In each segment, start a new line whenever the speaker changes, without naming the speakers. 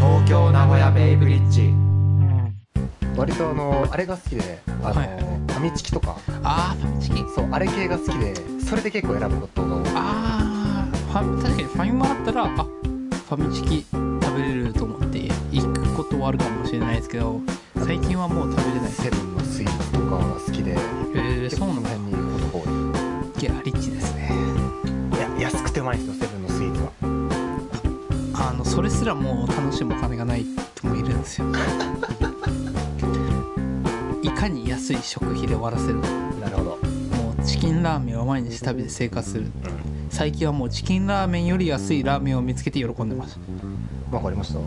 やほやベイブリッジ
割とあのあれが好きであの、
はい
ファミチキとか
あーファミチキ
そうあれ系が好きでそれで結構選ぶことが多い
あーファミ確かにファミマだったらあファミチキ食べれると思って行くことはあるかもしれないですけど最近はもう食べれない
セブンのスイーツとかが好きで
えー、
結
そ
構そ
うな
の
んだ
辺にいることが
ギャリッチですね
多いいや安くてうまいんですよセブンのスイーツは
あのそれすらもう楽しむお金がない人もいるんですよ いかに安い食費で終わらせるも
なるほど、
うチキンラーメンは毎日食べて生活する
うん、
最近はもうチキンラーメンより安いラーメンを見つけて喜んでます
わかりました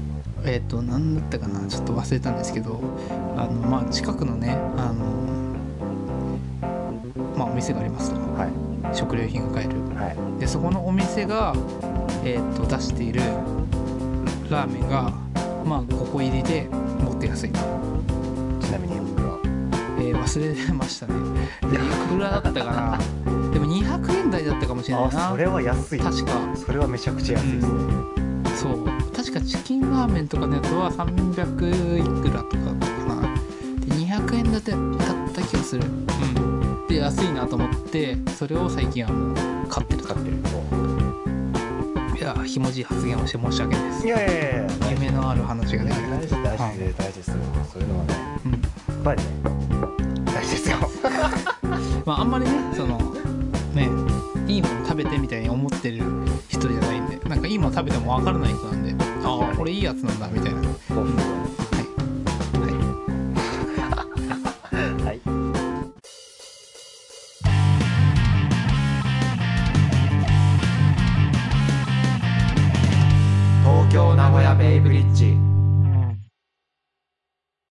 えっ、と何だったかなちょっと忘れたんですけどあのまあ近くのねあのまあお店がありますと
はい
食料品が買える
はい
でそこのお店が、えー、と出しているラーメンがまあ5個入りでもっと安いと、
ちなみに僕は
えー忘れましたねでいくらだったかなでも200円台だったかもしれないな
あそれは安い
確か
それはめちゃくちゃ安いですね、
そう確かチキンラーメンとかのやつは300いくらとかだったかなで200円だってだった気がするうんで安いなと思ってそれを最近はもう買ってると
買ってる
いやひもじい発言をして申し訳ないです
いやいやいや
夢のある話ができる
大事大事で大事ですよそういうのはね
うん
やっぱりね大事 ですよ
まああんまりねそのねいいもの食べてみたいに思ってる人じゃないんでなんかいいもの食べても分からない人なんでああこれいいやつなんだみたいなはい
はい
東京名古屋ベイブリッジ